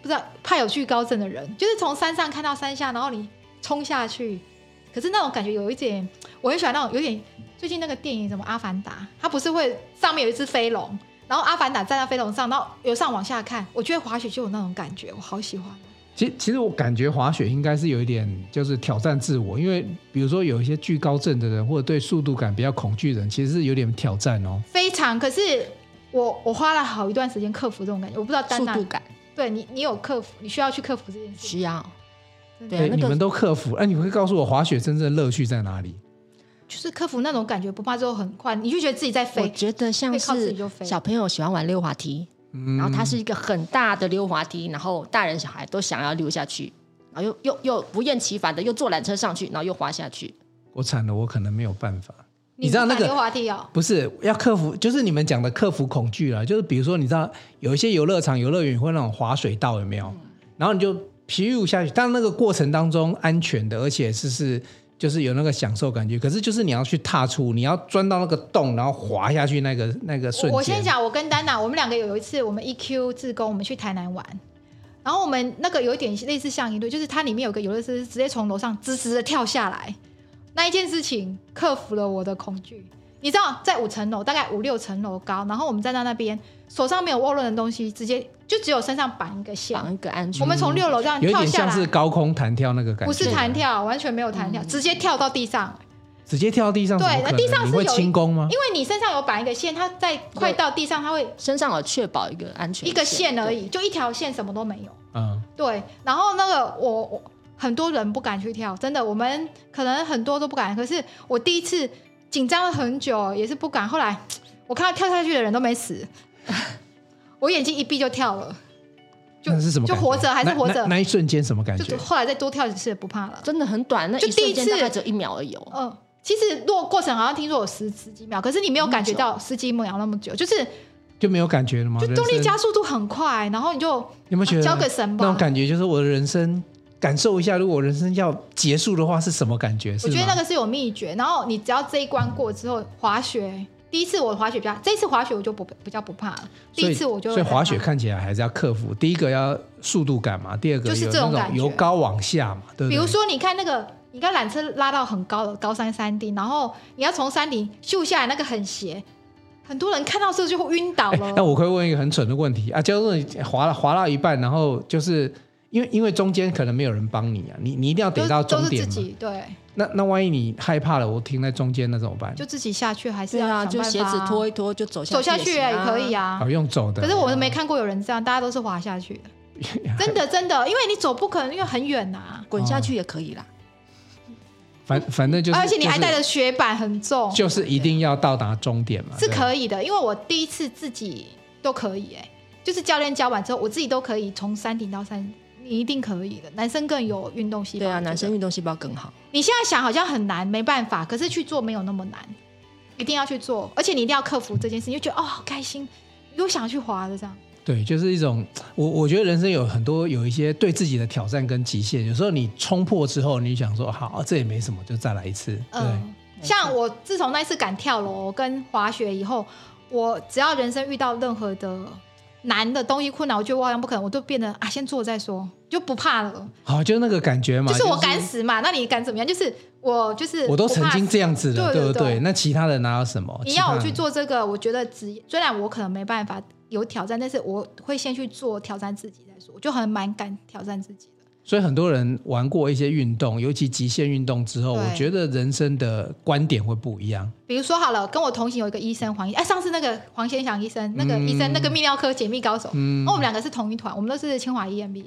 Speaker 2: 不知道怕有惧高症的人，就是从山上看到山下，然后你冲下去。可是那种感觉有一点，我很喜欢那种有点最近那个电影什么《阿凡达》，它不是会上面有一只飞龙，然后阿凡达站在飞龙上，然后由上往下看，我觉得滑雪就有那种感觉，我好喜欢。
Speaker 1: 其其实我感觉滑雪应该是有一点就是挑战自我，因为比如说有一些惧高症的人或者对速度感比较恐惧的人，其实是有点挑战哦。
Speaker 2: 非常，可是我我花了好一段时间克服这种感觉，我不知道丹
Speaker 3: 速
Speaker 2: 娜，
Speaker 3: 度感
Speaker 2: 对你你有克服，你需要去克服这件事。
Speaker 3: 需要，
Speaker 2: 真的
Speaker 3: 对啊，
Speaker 1: 你
Speaker 3: 那
Speaker 1: 们
Speaker 3: 个
Speaker 1: 都克服，哎、你会告诉我滑雪真正的乐趣在哪里？
Speaker 2: 就是克服那种感觉，不怕之后很快，你就觉得自己在
Speaker 3: 我
Speaker 2: 飞。
Speaker 3: 觉得像
Speaker 2: 会靠自
Speaker 3: 是
Speaker 2: 己就飞
Speaker 3: 小朋友喜欢玩溜滑梯，
Speaker 1: 嗯
Speaker 3: 然后它是一个很大的溜滑梯，然后大人小孩都想要溜下去，然后又又又不厌其烦的又坐缆车上去，然后又滑下去，
Speaker 1: 我惨了，我可能没有办法。你
Speaker 2: 不
Speaker 1: 知道那
Speaker 2: 敢
Speaker 1: 个
Speaker 2: 溜滑梯哦，
Speaker 1: 不是要克服，就是你们讲的克服恐惧了。就是比如说，你知道有一些游乐场、游乐园会那种滑水道，有没有？然后你就咻下去，但那个过程当中安全的，而且是是就是有那个享受感觉。可是就是你要去踏出，你要钻到那个洞，然后滑下去那个那个瞬
Speaker 2: 我
Speaker 1: 间。
Speaker 2: 我先讲，我跟丹娜，我们两个有一次，我们 EQ 自工，我们去台南玩，然后我们那个有一点类似像一路，就是它里面有个游乐设施，直接从楼上直直的跳下来，那一件事情克服了我的恐惧。你知道，在五层楼，大概五六层楼高，然后我们站在那边，手上没有握轮的东西，直接就只有身上绑一个线。
Speaker 3: 绑一个安全。
Speaker 2: 我们从六楼这样
Speaker 1: 有一
Speaker 2: 跳
Speaker 1: 点
Speaker 2: 下
Speaker 1: 像是
Speaker 2: 来，
Speaker 1: 高空弹跳那个感觉，嗯啊
Speaker 2: 不是弹，跳，完全没有弹跳，直接跳到地上。
Speaker 1: 直接跳到地上，
Speaker 2: 对
Speaker 1: 怎么可能
Speaker 2: 那地上是
Speaker 1: 你会
Speaker 2: 有一
Speaker 1: 轻功吗
Speaker 2: 因？为你身上有绑一个线，它在快到地上，它会
Speaker 3: 身上有确保一个安全
Speaker 2: 一个线而
Speaker 3: 对
Speaker 2: 已，就一条线，什么都没有。
Speaker 1: 嗯，
Speaker 2: 对，然后那个我我很多人不敢去跳，真的，我们可能很多都不敢。可是我第一次紧张了很久，也是不敢。后来我看到跳下去的人都
Speaker 1: [laughs]
Speaker 2: 没死，我眼睛一闭就跳了，就
Speaker 1: 那是什么
Speaker 2: 就
Speaker 1: 感觉？
Speaker 2: 活着还是活
Speaker 1: 那
Speaker 2: 着
Speaker 1: 那，那一瞬间什么感
Speaker 2: 就
Speaker 1: 觉？
Speaker 2: 后来再多跳几次也不怕了。
Speaker 3: 真的很短，那
Speaker 2: 就
Speaker 3: 一瞬
Speaker 2: 第一
Speaker 3: 间
Speaker 2: 次
Speaker 3: 大概只有一秒而已哦。
Speaker 2: 嗯，其实落过程好像听说有十十几秒，可是你没有感觉到十几秒那么久，就是
Speaker 1: 就没有感觉了吗？
Speaker 2: 就动力
Speaker 1: 哦人生
Speaker 2: 加速度很快，然后你就
Speaker 1: 你有没有觉得
Speaker 2: 交个神吧
Speaker 1: 那种感觉就是我的人生，感受一下，如果我人生要结束的话是什么感觉？
Speaker 2: 我觉得那
Speaker 1: 个
Speaker 2: 个是有秘诀。然后你只要这一关过之后，滑雪第一次我滑雪比较，这一次滑雪我就不比较不怕了。第一次我就嗯
Speaker 1: 所以滑雪
Speaker 2: 害怕，
Speaker 1: 看起来还是要克服，第一个要速度感嘛，第二个
Speaker 2: 就是
Speaker 1: 有
Speaker 2: 这种
Speaker 1: 那
Speaker 2: 感觉
Speaker 1: 由高往下嘛，对不对？
Speaker 2: 比如说你看那个，你看缆车拉到很高的高山山顶，然后你要从山顶秀下来，那个很斜，很多人看到之后就会晕倒
Speaker 1: 哎，
Speaker 2: 了。
Speaker 1: 那我会问一个很蠢的问题啊，就是你滑了滑到一半，然后就是因为因为中间可能没有人帮你啊，你你一定要
Speaker 2: 就
Speaker 1: 得到
Speaker 2: 都
Speaker 1: 终
Speaker 2: 是自
Speaker 1: 点嘛。
Speaker 2: 己对，
Speaker 1: 那那万一你害怕了，我停在中间那怎么办？
Speaker 2: 就自己下去还是
Speaker 3: 对
Speaker 2: 要想
Speaker 3: 啊，
Speaker 2: 办法、
Speaker 3: 就鞋子脱一脱就走
Speaker 2: 走下去
Speaker 3: 也
Speaker 2: 也可以
Speaker 3: 啊。
Speaker 2: 啊
Speaker 1: 好。用走的。
Speaker 2: 可是我都没看过有人这样，大家都是滑下去
Speaker 1: [laughs]
Speaker 2: 的，真的真的，因为你走不可能，因为很远啊呐、
Speaker 3: 滚下去也可以啦，
Speaker 1: 反反正就是，
Speaker 2: 而且你还带
Speaker 1: 着，
Speaker 2: 着雪板，很重，
Speaker 1: 就是一定要到达终点嘛。
Speaker 2: 是
Speaker 1: 对
Speaker 2: 可以的。因为我第一次自己都可以、哎，就是教练教完之后，我自己都可以从山顶到山，你一定可以的。男生更有运动细胞，
Speaker 3: 对啊，
Speaker 2: 我觉得
Speaker 3: 男生。运动细胞更好。
Speaker 2: 你现在想好像很难，没办法，可是去做没有那么难，一定要去做，而且你一定要克服这件事，你就觉得哦，好开心，又想去滑的这样。
Speaker 1: 对，就是一种我我觉得人生有很多有一些对自己的挑战跟极限，有时候你冲破之后，你想说好，这也没什么，就再来一次。对，
Speaker 2: 嗯，像我自从那次敢跳楼跟滑雪以后，我只要人生遇到任何的难的东西困难，我觉得我好像不可能，我就变得啊，先做再说，就不怕了。
Speaker 1: 好，就是那个感觉嘛，
Speaker 2: 就是我敢死嘛，那你敢怎么样？就是我就是
Speaker 1: 我都曾经
Speaker 2: 不怕死
Speaker 1: 这样子了，
Speaker 2: 对
Speaker 1: 不
Speaker 2: 对对
Speaker 1: 那其他人哪有什么？
Speaker 2: 你
Speaker 1: 其他
Speaker 2: 要我
Speaker 1: 人
Speaker 2: 去做这个，我觉得只虽然我可能没办法有挑战，但是我会先去做挑战自己再说，我就很蛮敢挑战自己的。
Speaker 1: 所以很多人玩过一些运动，尤其极限运动之后，
Speaker 2: 对
Speaker 1: 我觉得人生的观点会不一样。
Speaker 2: 比如说好了，跟我同行有一个医生黄医，哎，上次那个黄先祥医生，那个医生、那个泌尿科解密高手，
Speaker 1: 嗯
Speaker 2: 那、我们两个是同一团，我们都是清华医 E 院毕业。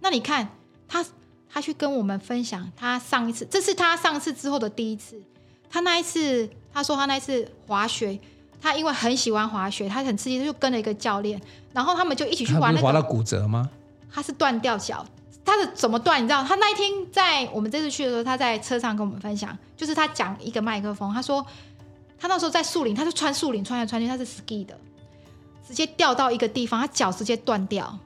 Speaker 2: 那你看他，他去跟我们分享他上一次，这是他上次之后的第一次。他那一次，他说他那一次滑雪，他因为很喜欢滑雪，他很刺激，他就跟了一个教练，然后他们就一起去
Speaker 1: 他
Speaker 2: 玩
Speaker 1: 不
Speaker 2: 那
Speaker 1: 是滑到
Speaker 2: 个，
Speaker 1: 骨折吗？
Speaker 2: 他是断掉脚。他的怎么断？你知道？他那一天在我们这次去的时候，他在车上跟我们分享，就是他讲一个麦克风，他说他那时候在树林，他就穿树林穿来穿去，他是 ski 的，直接掉到一个地方，他脚直接断掉。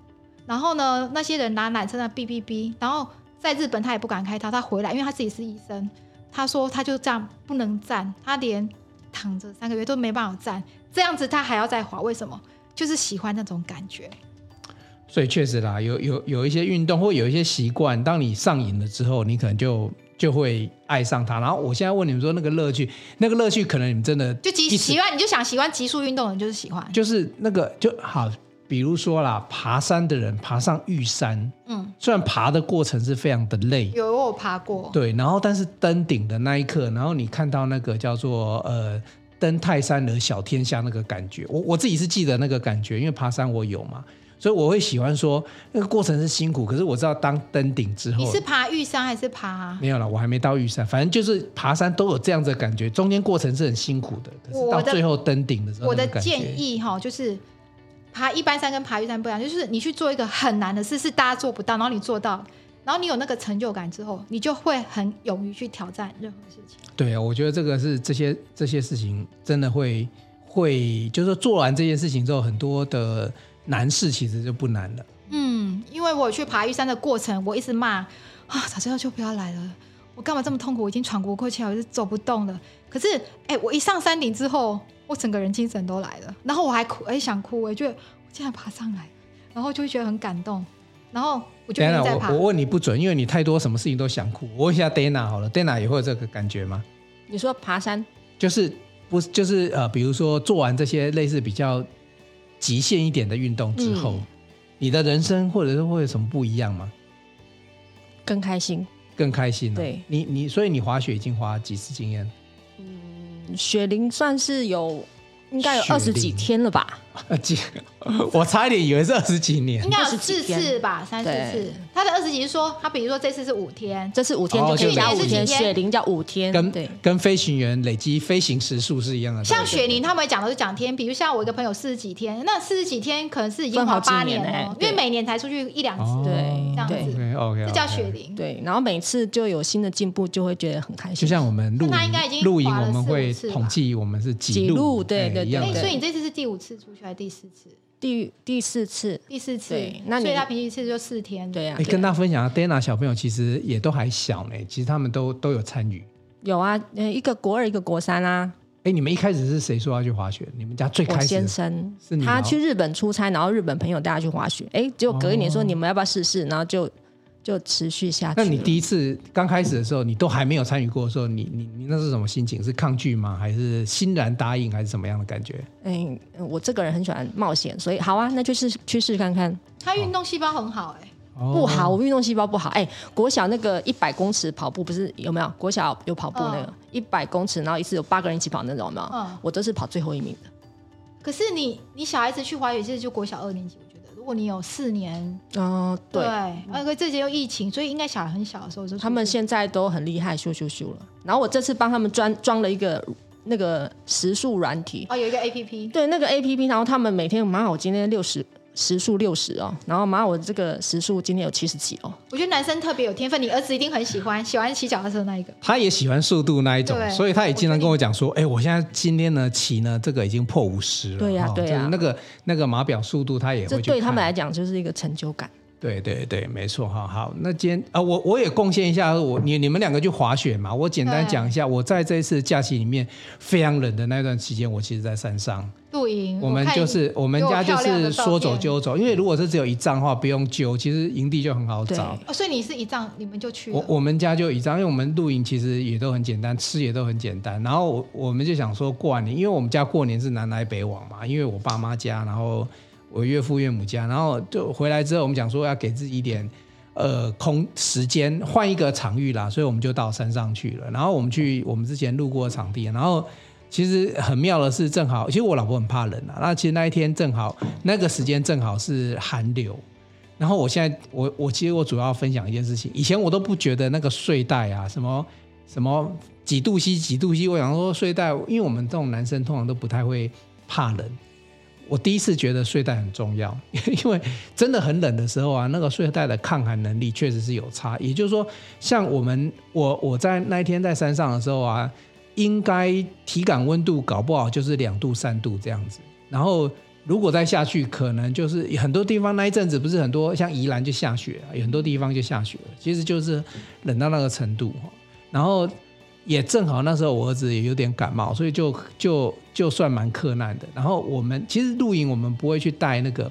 Speaker 2: 然后呢，那些人拿缆车那哔哔哔，然后在日本他也不敢开刀，他回来，因为他自己是医生，他说他就这样不能站，他连躺着三个月都没办法站，这样子他还要再滑，为什么？就是喜欢那种感觉，
Speaker 1: 所以确实啦，有有有一些运动或有一些习惯，当你上瘾了之后，你可能就就会爱上它。然后我现在问你们说，那个乐趣，那个乐趣，可能你们真的
Speaker 2: 就极
Speaker 1: 一直
Speaker 2: 喜欢，你就想喜欢极速运动的人就是喜欢，
Speaker 1: 就是那个就好，比如说啦，爬山的人爬上玉山，
Speaker 2: 嗯，
Speaker 1: 虽然爬的过程是非常的累，
Speaker 2: 有我有爬过，
Speaker 1: 对，然后但是登顶的那一刻，然后你看到那个叫做呃登泰山而小天下那个感觉，我我自己是记得那个感觉，因为爬山我有嘛，所以我会喜欢说那个过程是辛苦，可是我知道当登顶之后
Speaker 2: 你，是爬玉山还是爬？
Speaker 1: 没有了，我还没到玉山，反正就是爬山都有这样子的感觉，中间过程是很辛苦的，可是
Speaker 2: 我
Speaker 1: 到
Speaker 2: 的
Speaker 1: 最后登顶的时候，
Speaker 2: 我的
Speaker 1: 那个感觉
Speaker 2: 建议哈，就是爬一般山跟爬玉山不一样，就是你去做一个很难的事，是大家做不到，然后你做到，然后你有那个成就感之后，你就会很勇于去挑战任何事情。
Speaker 1: 对啊，我觉得这个是这些这些事情真的会会，就是说做完这件事情之后，很多的难事其实就不难了。
Speaker 2: 嗯，因为我去爬玉山的过程，我一直骂啊，早知道就不要来了，我干嘛这么痛苦？我已经喘不过气来，我就走不动了。可是，哎、我一上山顶之后，我整个人精神都来了，然后我还哭，哎、想哭，我觉得我竟然爬上来，然后就会觉得很感动，然后我就
Speaker 1: 等
Speaker 2: 没
Speaker 1: 一下
Speaker 2: 有再
Speaker 1: 我
Speaker 2: 爬。
Speaker 1: 我问你不准，因为你太多什么事情都想哭。我问一下 Dana 好了，Dana 也会有这个感觉吗？
Speaker 3: 你说爬山
Speaker 1: 就是不是就是呃，比如说做完这些类似比较极限一点的运动之后，
Speaker 3: 嗯
Speaker 1: 你的人生或者是会有什么不一样吗？
Speaker 3: 更开心。
Speaker 1: 更开心、啊？
Speaker 3: 对，
Speaker 1: 你你所以你滑雪已经滑几次经验 [laughs] 了？
Speaker 3: 雪龄算是有，应该有
Speaker 1: 雪
Speaker 3: 二十几
Speaker 1: 龄
Speaker 3: 天了吧？
Speaker 1: 呃几？我差一点以为是二十几年
Speaker 2: 应。该有
Speaker 3: 20几
Speaker 2: 四
Speaker 3: 天
Speaker 2: 次吧，三四
Speaker 3: 对
Speaker 2: 次。他的二十几是说，他比如说这次是五天，
Speaker 3: 这是五天
Speaker 1: 哦
Speaker 3: 就可
Speaker 1: 就
Speaker 3: 以加
Speaker 1: 是
Speaker 3: 五
Speaker 1: 是
Speaker 3: 天，
Speaker 2: 几天
Speaker 3: 雪龄叫五
Speaker 2: 嗯
Speaker 3: 天，
Speaker 1: 跟哦
Speaker 3: 对，
Speaker 1: 跟飞行员累积飞行时数是一样的道理，
Speaker 2: 像雪梨他们讲都是讲天，比如像我一个朋友四十几天，那四十几天可能是已经
Speaker 3: 分好
Speaker 2: 滑八
Speaker 3: 几年
Speaker 2: 年了，
Speaker 3: 欸
Speaker 2: 因为
Speaker 3: 对哦
Speaker 2: 每年才出去一两次，
Speaker 3: 对啊
Speaker 2: 这样
Speaker 3: 对
Speaker 2: 子，
Speaker 1: OK，
Speaker 2: 这叫雪。梨。
Speaker 3: 对，然后每次就有新的进步，就会觉得很开
Speaker 1: 就
Speaker 3: 心。
Speaker 1: 像我们露
Speaker 2: 那他应该已
Speaker 1: 营，
Speaker 2: 经
Speaker 1: 露营
Speaker 2: 滑了
Speaker 1: 我们会
Speaker 2: 四五次吧
Speaker 1: 统计我们是
Speaker 3: 几
Speaker 1: 路，
Speaker 3: 路对
Speaker 1: 哎
Speaker 3: 对
Speaker 1: 一样
Speaker 2: 哎
Speaker 3: 对
Speaker 1: 的
Speaker 2: 所以你这次是第五次出去还是第四次？
Speaker 3: 第第四次，
Speaker 2: 第四次
Speaker 3: 对，那你
Speaker 2: 所以他平均次就四天。
Speaker 3: 对呀、
Speaker 1: 哎，跟大家分享啊，Dana 小朋友其实也都还小呢，其实他们都都有参与。
Speaker 3: 有啊，呃一个国二，一个国三啊。
Speaker 1: 哎，你们一开始是谁说要去滑雪？你们家最
Speaker 3: 我
Speaker 1: 开始
Speaker 3: 先生
Speaker 1: 是你
Speaker 3: 他
Speaker 1: 吗
Speaker 3: 去日本出差，然后日本朋友带他去滑雪，哎，结果隔一年说
Speaker 1: 哦
Speaker 3: 你们要不要试试，然后就就持续下去
Speaker 1: 那
Speaker 3: 了。
Speaker 1: 你第一次刚开始的时候，你都还没有参与过的时候，你你你那是什么心情？是抗拒吗？还是欣然答应？还是怎么样的感觉？
Speaker 3: 哎，我这个人很喜欢冒险，所以好啊，那就试去试看看。
Speaker 2: 他运动细胞很好哎、
Speaker 1: 不
Speaker 3: 不好，我运动细胞不好。哎、国小那个一百公尺跑步不是有没有？国小有跑步那个
Speaker 2: 嗯
Speaker 3: 一百、公尺，然后一次有八个人一起跑那种，有没有？
Speaker 2: 嗯
Speaker 3: 我都是跑最后一名的。
Speaker 2: 可是你你小孩子去滑雪其实就国小二年级，我觉得如果你有四年，
Speaker 3: 哦，
Speaker 2: 对，啊而且这些又疫情，所以应该小孩很小的时候就出去
Speaker 3: 他们现在都很厉害，咻咻咻了。然后我这次帮他们装装了一个那个时速软体，
Speaker 2: 哦有一个 A P P，
Speaker 3: 对那个 A P P，然后他们每天，妈，我今天六十时速六十哦，然后妈，我这个时速今天有七十几哦。
Speaker 2: 我觉得男生特别有天分，你儿子一定很喜欢，喜欢骑脚踏车那一个。
Speaker 1: 他也喜欢速度那一种，
Speaker 2: 对
Speaker 1: 所以他也经常跟我讲说：“哎、我现在今天呢骑呢，这个已经破五十了。
Speaker 3: 对呀
Speaker 1: 哦
Speaker 3: 对呀
Speaker 1: 就是那个那个码表速度，他也会
Speaker 3: 这
Speaker 1: 去
Speaker 3: 对他
Speaker 1: 看
Speaker 3: 们来讲就是一个成就感。
Speaker 1: 对对对，没错哈。好，那今天啊，我我也贡献一下，我你你们两个去滑雪嘛，我简单
Speaker 2: 对
Speaker 1: 讲一下，我在这一次假期里面非常冷的那段期间，我其实在山上，
Speaker 2: 露营，
Speaker 1: 我们
Speaker 2: 看
Speaker 1: 就是我们
Speaker 2: 嗯给我
Speaker 1: 家就
Speaker 2: 漂亮
Speaker 1: 是
Speaker 2: 的照
Speaker 1: 说走
Speaker 2: 片
Speaker 1: 就走，因为如果是只有一丈的话，不用揪，其实营地就很好
Speaker 3: 对
Speaker 1: 找。
Speaker 2: 哦，所以你是一仗你们就去了
Speaker 1: 我我们家就一张，因为我们露营其实也都很简单，吃也都很简单。然后我我们就想说过完年，因为我们家过年是南来北往嘛，因为我爸妈家，然后我岳父岳母家，然后就回来之后，我们想说要给自己一点呃空时间，换一个场域啦，所以我们就到山上去了。然后我们去我们之前路过的场地，然后。其实很妙的是，正好，其实我老婆很怕冷啊。那其实那一天正好，那个时间正好是寒流，然后我现在，我我其实我主要分享一件事情，以前我都不觉得那个睡袋啊，什么什么几度 C 几度 C，我想说睡袋，因为我们这种男生通常都不太会怕冷。我第一次觉得睡袋很重要， [laughs] 因为真的很冷的时候啊，那个睡袋的抗寒能力确实是有差。也就是说，像我们我我在那一天在山上的时候啊，应该体感温度搞不好就是两度三度这样子，然后如果再下去，可能就是很多地方那一阵子不是很多，像宜兰就下雪、啊，有很多地方就下雪了，其实就是冷到那个程度哦然后也正好那时候我儿子也有点感冒，所以就就就算蛮克难的。然后我们其实露营我们不会去带那个，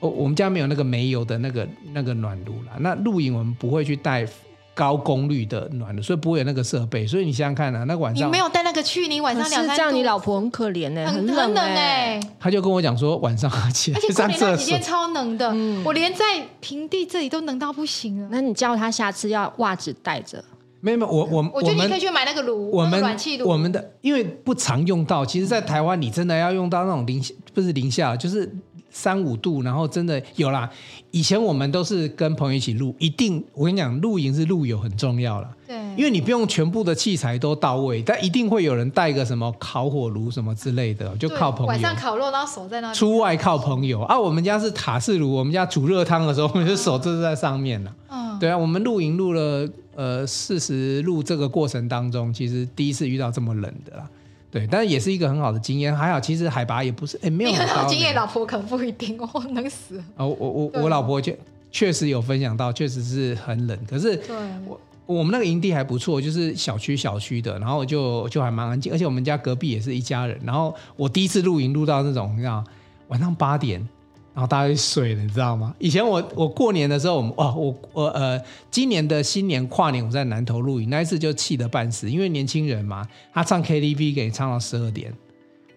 Speaker 1: 我我们家没有那个煤油的那个那个暖炉啦。那露营我们不会去带高功率的暖炉，所以不会有那个设备。所以你想想看啊，那个晚
Speaker 2: 你
Speaker 1: 上
Speaker 2: 没有带那个去，你晚
Speaker 3: 可
Speaker 2: 上
Speaker 3: 是
Speaker 2: 两三
Speaker 3: 这样，
Speaker 2: 度
Speaker 3: 你老婆很可怜呢、
Speaker 2: 很
Speaker 3: 冷
Speaker 2: 冷
Speaker 3: 哎、
Speaker 2: 哎、
Speaker 1: 他就跟我讲说晚上要起来
Speaker 2: [laughs] 而且过
Speaker 1: 上
Speaker 2: 年那
Speaker 1: 厕
Speaker 2: 几
Speaker 1: 所嗯
Speaker 2: 天。超冷的，我连在平地这里都冷到不行了。
Speaker 3: 那你叫他下次要袜子带着，
Speaker 1: 没有没有，我我
Speaker 2: 我
Speaker 1: 我
Speaker 2: 觉得
Speaker 1: 们
Speaker 2: 你可以去买那个炉，
Speaker 1: 我
Speaker 2: 那个
Speaker 1: 们
Speaker 2: 暖气炉，
Speaker 1: 我们的因为不常用到，其实，在台湾你真的要用到那种零不是零下，就是三五度，然后真的有啦。以前我们都是跟朋友一起露，一定我跟你讲，露营是露友很重要啦，
Speaker 2: 对，
Speaker 1: 因为你不用全部的器材都到位，但一定会有人带个什么烤火炉什么之类的，就
Speaker 2: 对
Speaker 1: 靠朋
Speaker 2: 晚
Speaker 1: 友
Speaker 2: 上。烤肉，然后手在那里。
Speaker 1: 出外靠朋友啊！我们家是塔式炉，我们家煮热汤的时候，我们就手就是在上面了。
Speaker 2: 嗯，
Speaker 1: 对啊，我们露营录了呃四十录这个过程当中，其实第一次遇到这么冷的啦。对，但是也是一个很好的经验。还好，其实海拔也不是，哎，没有
Speaker 2: 你很
Speaker 1: 高
Speaker 2: 好
Speaker 1: 呢
Speaker 2: 经验，老婆可能不一定 [laughs] 哦，
Speaker 1: [laughs]
Speaker 2: 冷死了。
Speaker 1: 哦，我我
Speaker 2: 对
Speaker 1: 我老婆确确实有分享到，确实是很冷。可是
Speaker 2: 对，
Speaker 1: 我我们那个营地还不错，就是小区小区的，然后就就还蛮安静，而且我们家隔壁也是一家人。然后我第一次露营露到那种，你知道，晚上八点，然后大家就睡了，你知道吗？以前我我过年的时候，我们哦，我我呃，今年的新年跨年我在南投露营，那一次就气得半死，因为年轻人嘛，他唱 KTV 给你唱到十二点，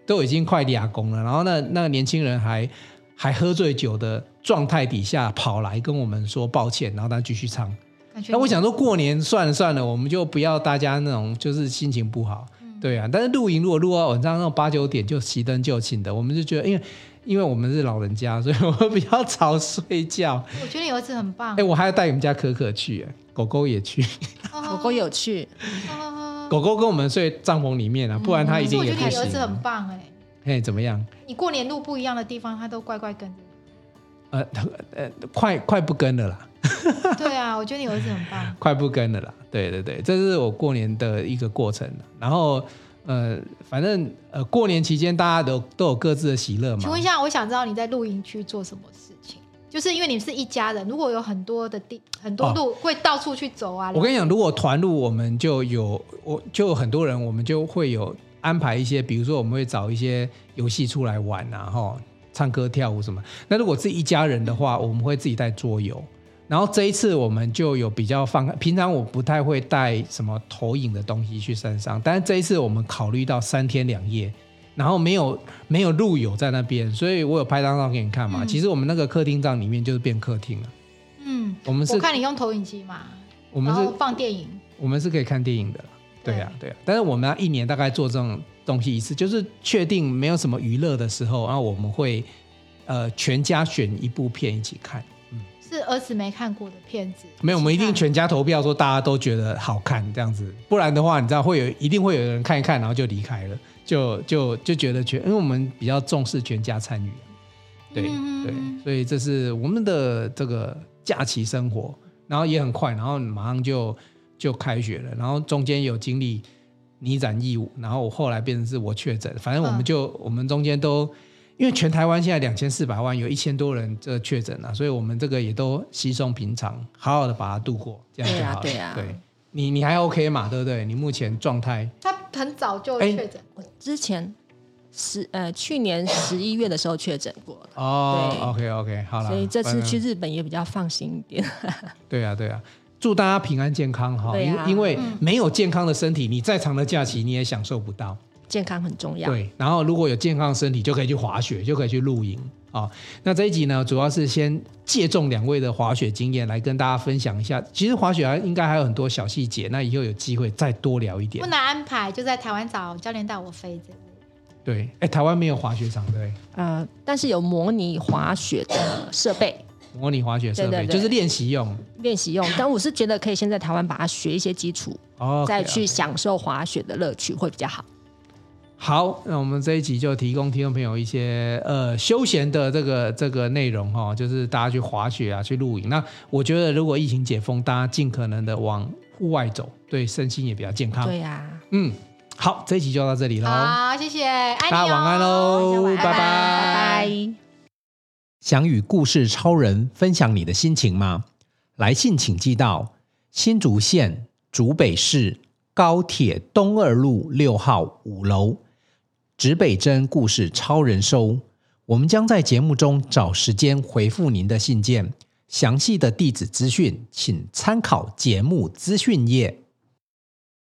Speaker 1: 都已经快俩工了，然后那那个年轻人还还喝醉酒的状态底下跑来跟我们说抱歉，然后他继续唱。
Speaker 2: 感觉
Speaker 1: 那我
Speaker 2: 你
Speaker 1: 想说过年算了算了，我们就不要大家那种就是心情不好，
Speaker 2: 嗯
Speaker 1: 对啊。但是露营如果录到晚上那种八九点就熄灯就寝的，我们就觉得因为因为我们是老人家，所以我们比较早睡
Speaker 2: [laughs]
Speaker 1: 觉。
Speaker 2: 我觉得你儿子很棒
Speaker 1: 哎、，我还要带我们家可可去、哎狗狗也去，
Speaker 2: 狗
Speaker 3: 狗狗有趣，
Speaker 1: 狗狗跟我们睡帐篷里面啊，不然它一
Speaker 2: 嗯可是
Speaker 1: 定
Speaker 2: 我
Speaker 1: 也
Speaker 2: 觉
Speaker 1: 不
Speaker 2: 得你儿
Speaker 1: 行
Speaker 2: 子很
Speaker 1: 啊。
Speaker 2: 棒哎，
Speaker 1: 哎、怎么样？
Speaker 2: 你过年路不一样的地方，他都乖乖跟着
Speaker 1: [laughs]
Speaker 2: 你。
Speaker 1: 呃呃，快快不跟了啦。
Speaker 2: 对啊，我觉得你儿子很棒。
Speaker 1: 快不跟了啦。对对对，这是我过年的一个过程。然后呃，反正呃，过年期间大家都都有各自的喜乐
Speaker 2: 请
Speaker 1: 嘛
Speaker 2: 问一。下，我想知道你在露营区做什么事情？就是因为你们是一家人，如果有很多的地、很多路，会到处去走啊。
Speaker 1: 哦我跟你讲，如果团路，我们就有我就有很多人，我们就会有安排一些，比如说我们会找一些游戏出来玩啊，哈，唱歌跳舞什么。那如果是一家人的话，我们会自己带桌游。然后这一次我们就有比较放开，平常我不太会带什么投影的东西去山上，但是这一次我们考虑到三天两夜，然后没有没有路友在那边，所以我有拍张照给你看嘛。
Speaker 2: 嗯
Speaker 1: 其实我们那个客厅帐里面就是变客厅了，
Speaker 2: 嗯，
Speaker 1: 我们是
Speaker 2: 我看你用投影机嘛，
Speaker 1: 我们
Speaker 2: 然
Speaker 1: 是
Speaker 2: 后放电影，
Speaker 1: 我们是可以看电影的啦。对呀、对呀、啊但是我们要一年大概做这种东西一次，就是确定没有什么娱乐的时候，然后我们会呃全家选一部片一起看。
Speaker 2: 是儿子没看过的片子。
Speaker 1: 没有，我们一定
Speaker 2: 起看
Speaker 1: 全家投票说大家都觉得好看这样子，不然的话，你知道会有一定会有人看一看，然后就离开了，就就就觉得全，因为我们比较重视全家参与啊，对
Speaker 2: 嗯
Speaker 1: 对，所以这是我们的这个假期生活，然后也很快，然后马上就就开学了，然后中间有经历你染疫，然后我后来变成是我确诊，反正我们
Speaker 2: 嗯
Speaker 1: 就、我们中间都因为全台湾现在两千四百万，有一千多人这确诊啊了，所以我们这个也都稀松平常，好好的把它度过，这样就好了。
Speaker 3: 对啊对啊
Speaker 1: 你你还 OK 嘛？对不对？你目前状态
Speaker 2: 他很早就
Speaker 1: 哎
Speaker 2: 确诊，
Speaker 3: 我之前十呃去年十一月的时候确诊过，
Speaker 1: 哦，OK
Speaker 3: 对
Speaker 1: OK，好了。嗯
Speaker 3: 所以这
Speaker 1: 反
Speaker 3: 次
Speaker 1: 正
Speaker 3: 去日本也比较放心一点。
Speaker 1: 对啊，对啊，祝大家平安健康哈、
Speaker 3: 对
Speaker 1: 因、
Speaker 3: 啊
Speaker 1: 因为
Speaker 2: 嗯
Speaker 1: 没有健康的身体，你再长的假期你也享受不到。
Speaker 3: 健康很重要。
Speaker 1: 对，然后如果有健康的身体，就可以去滑雪，就可以去露营啊、那这一集呢，主要是先借重两位的滑雪经验来跟大家分享一下。其实滑雪还应该还有很多小细节，那以后有机会再多聊一点
Speaker 2: 不。难安排，就在台湾找教练带我飞这样。
Speaker 1: 对，哎，台湾没有滑雪场对不对，
Speaker 3: 呃，但是有模拟滑雪的设备
Speaker 1: 模拟滑雪设备
Speaker 3: 对对对
Speaker 1: 就是练习用
Speaker 3: 练习用，但我是觉得可以先在台湾把它学一些基础，
Speaker 1: 哦，
Speaker 3: 再
Speaker 1: OK，OK
Speaker 3: 去享受滑雪的乐趣会比较好。
Speaker 1: 好，那我们这一集就提供听众朋友一些呃休闲的这个这个内容哈、就是大家去滑雪啊，去露营。那我觉得如果疫情解封，大家尽可能的往户外走，对身心也比较健康。
Speaker 3: 对啊呀、
Speaker 1: 嗯，好，这一集就到这里喽，
Speaker 2: 好，谢谢，爱
Speaker 1: 大
Speaker 2: 你
Speaker 1: 家
Speaker 2: 哦，
Speaker 1: 晚安喽，拜
Speaker 3: 大家晚安拜
Speaker 2: 拜
Speaker 3: 拜。
Speaker 4: 想与故事超人分享你的心情吗？来信请寄到新竹县竹北市高铁东二路六号五楼，指北针故事超人收。我们将在节目中找时间回复您的信件，详细的地址资讯请参考节目资讯页。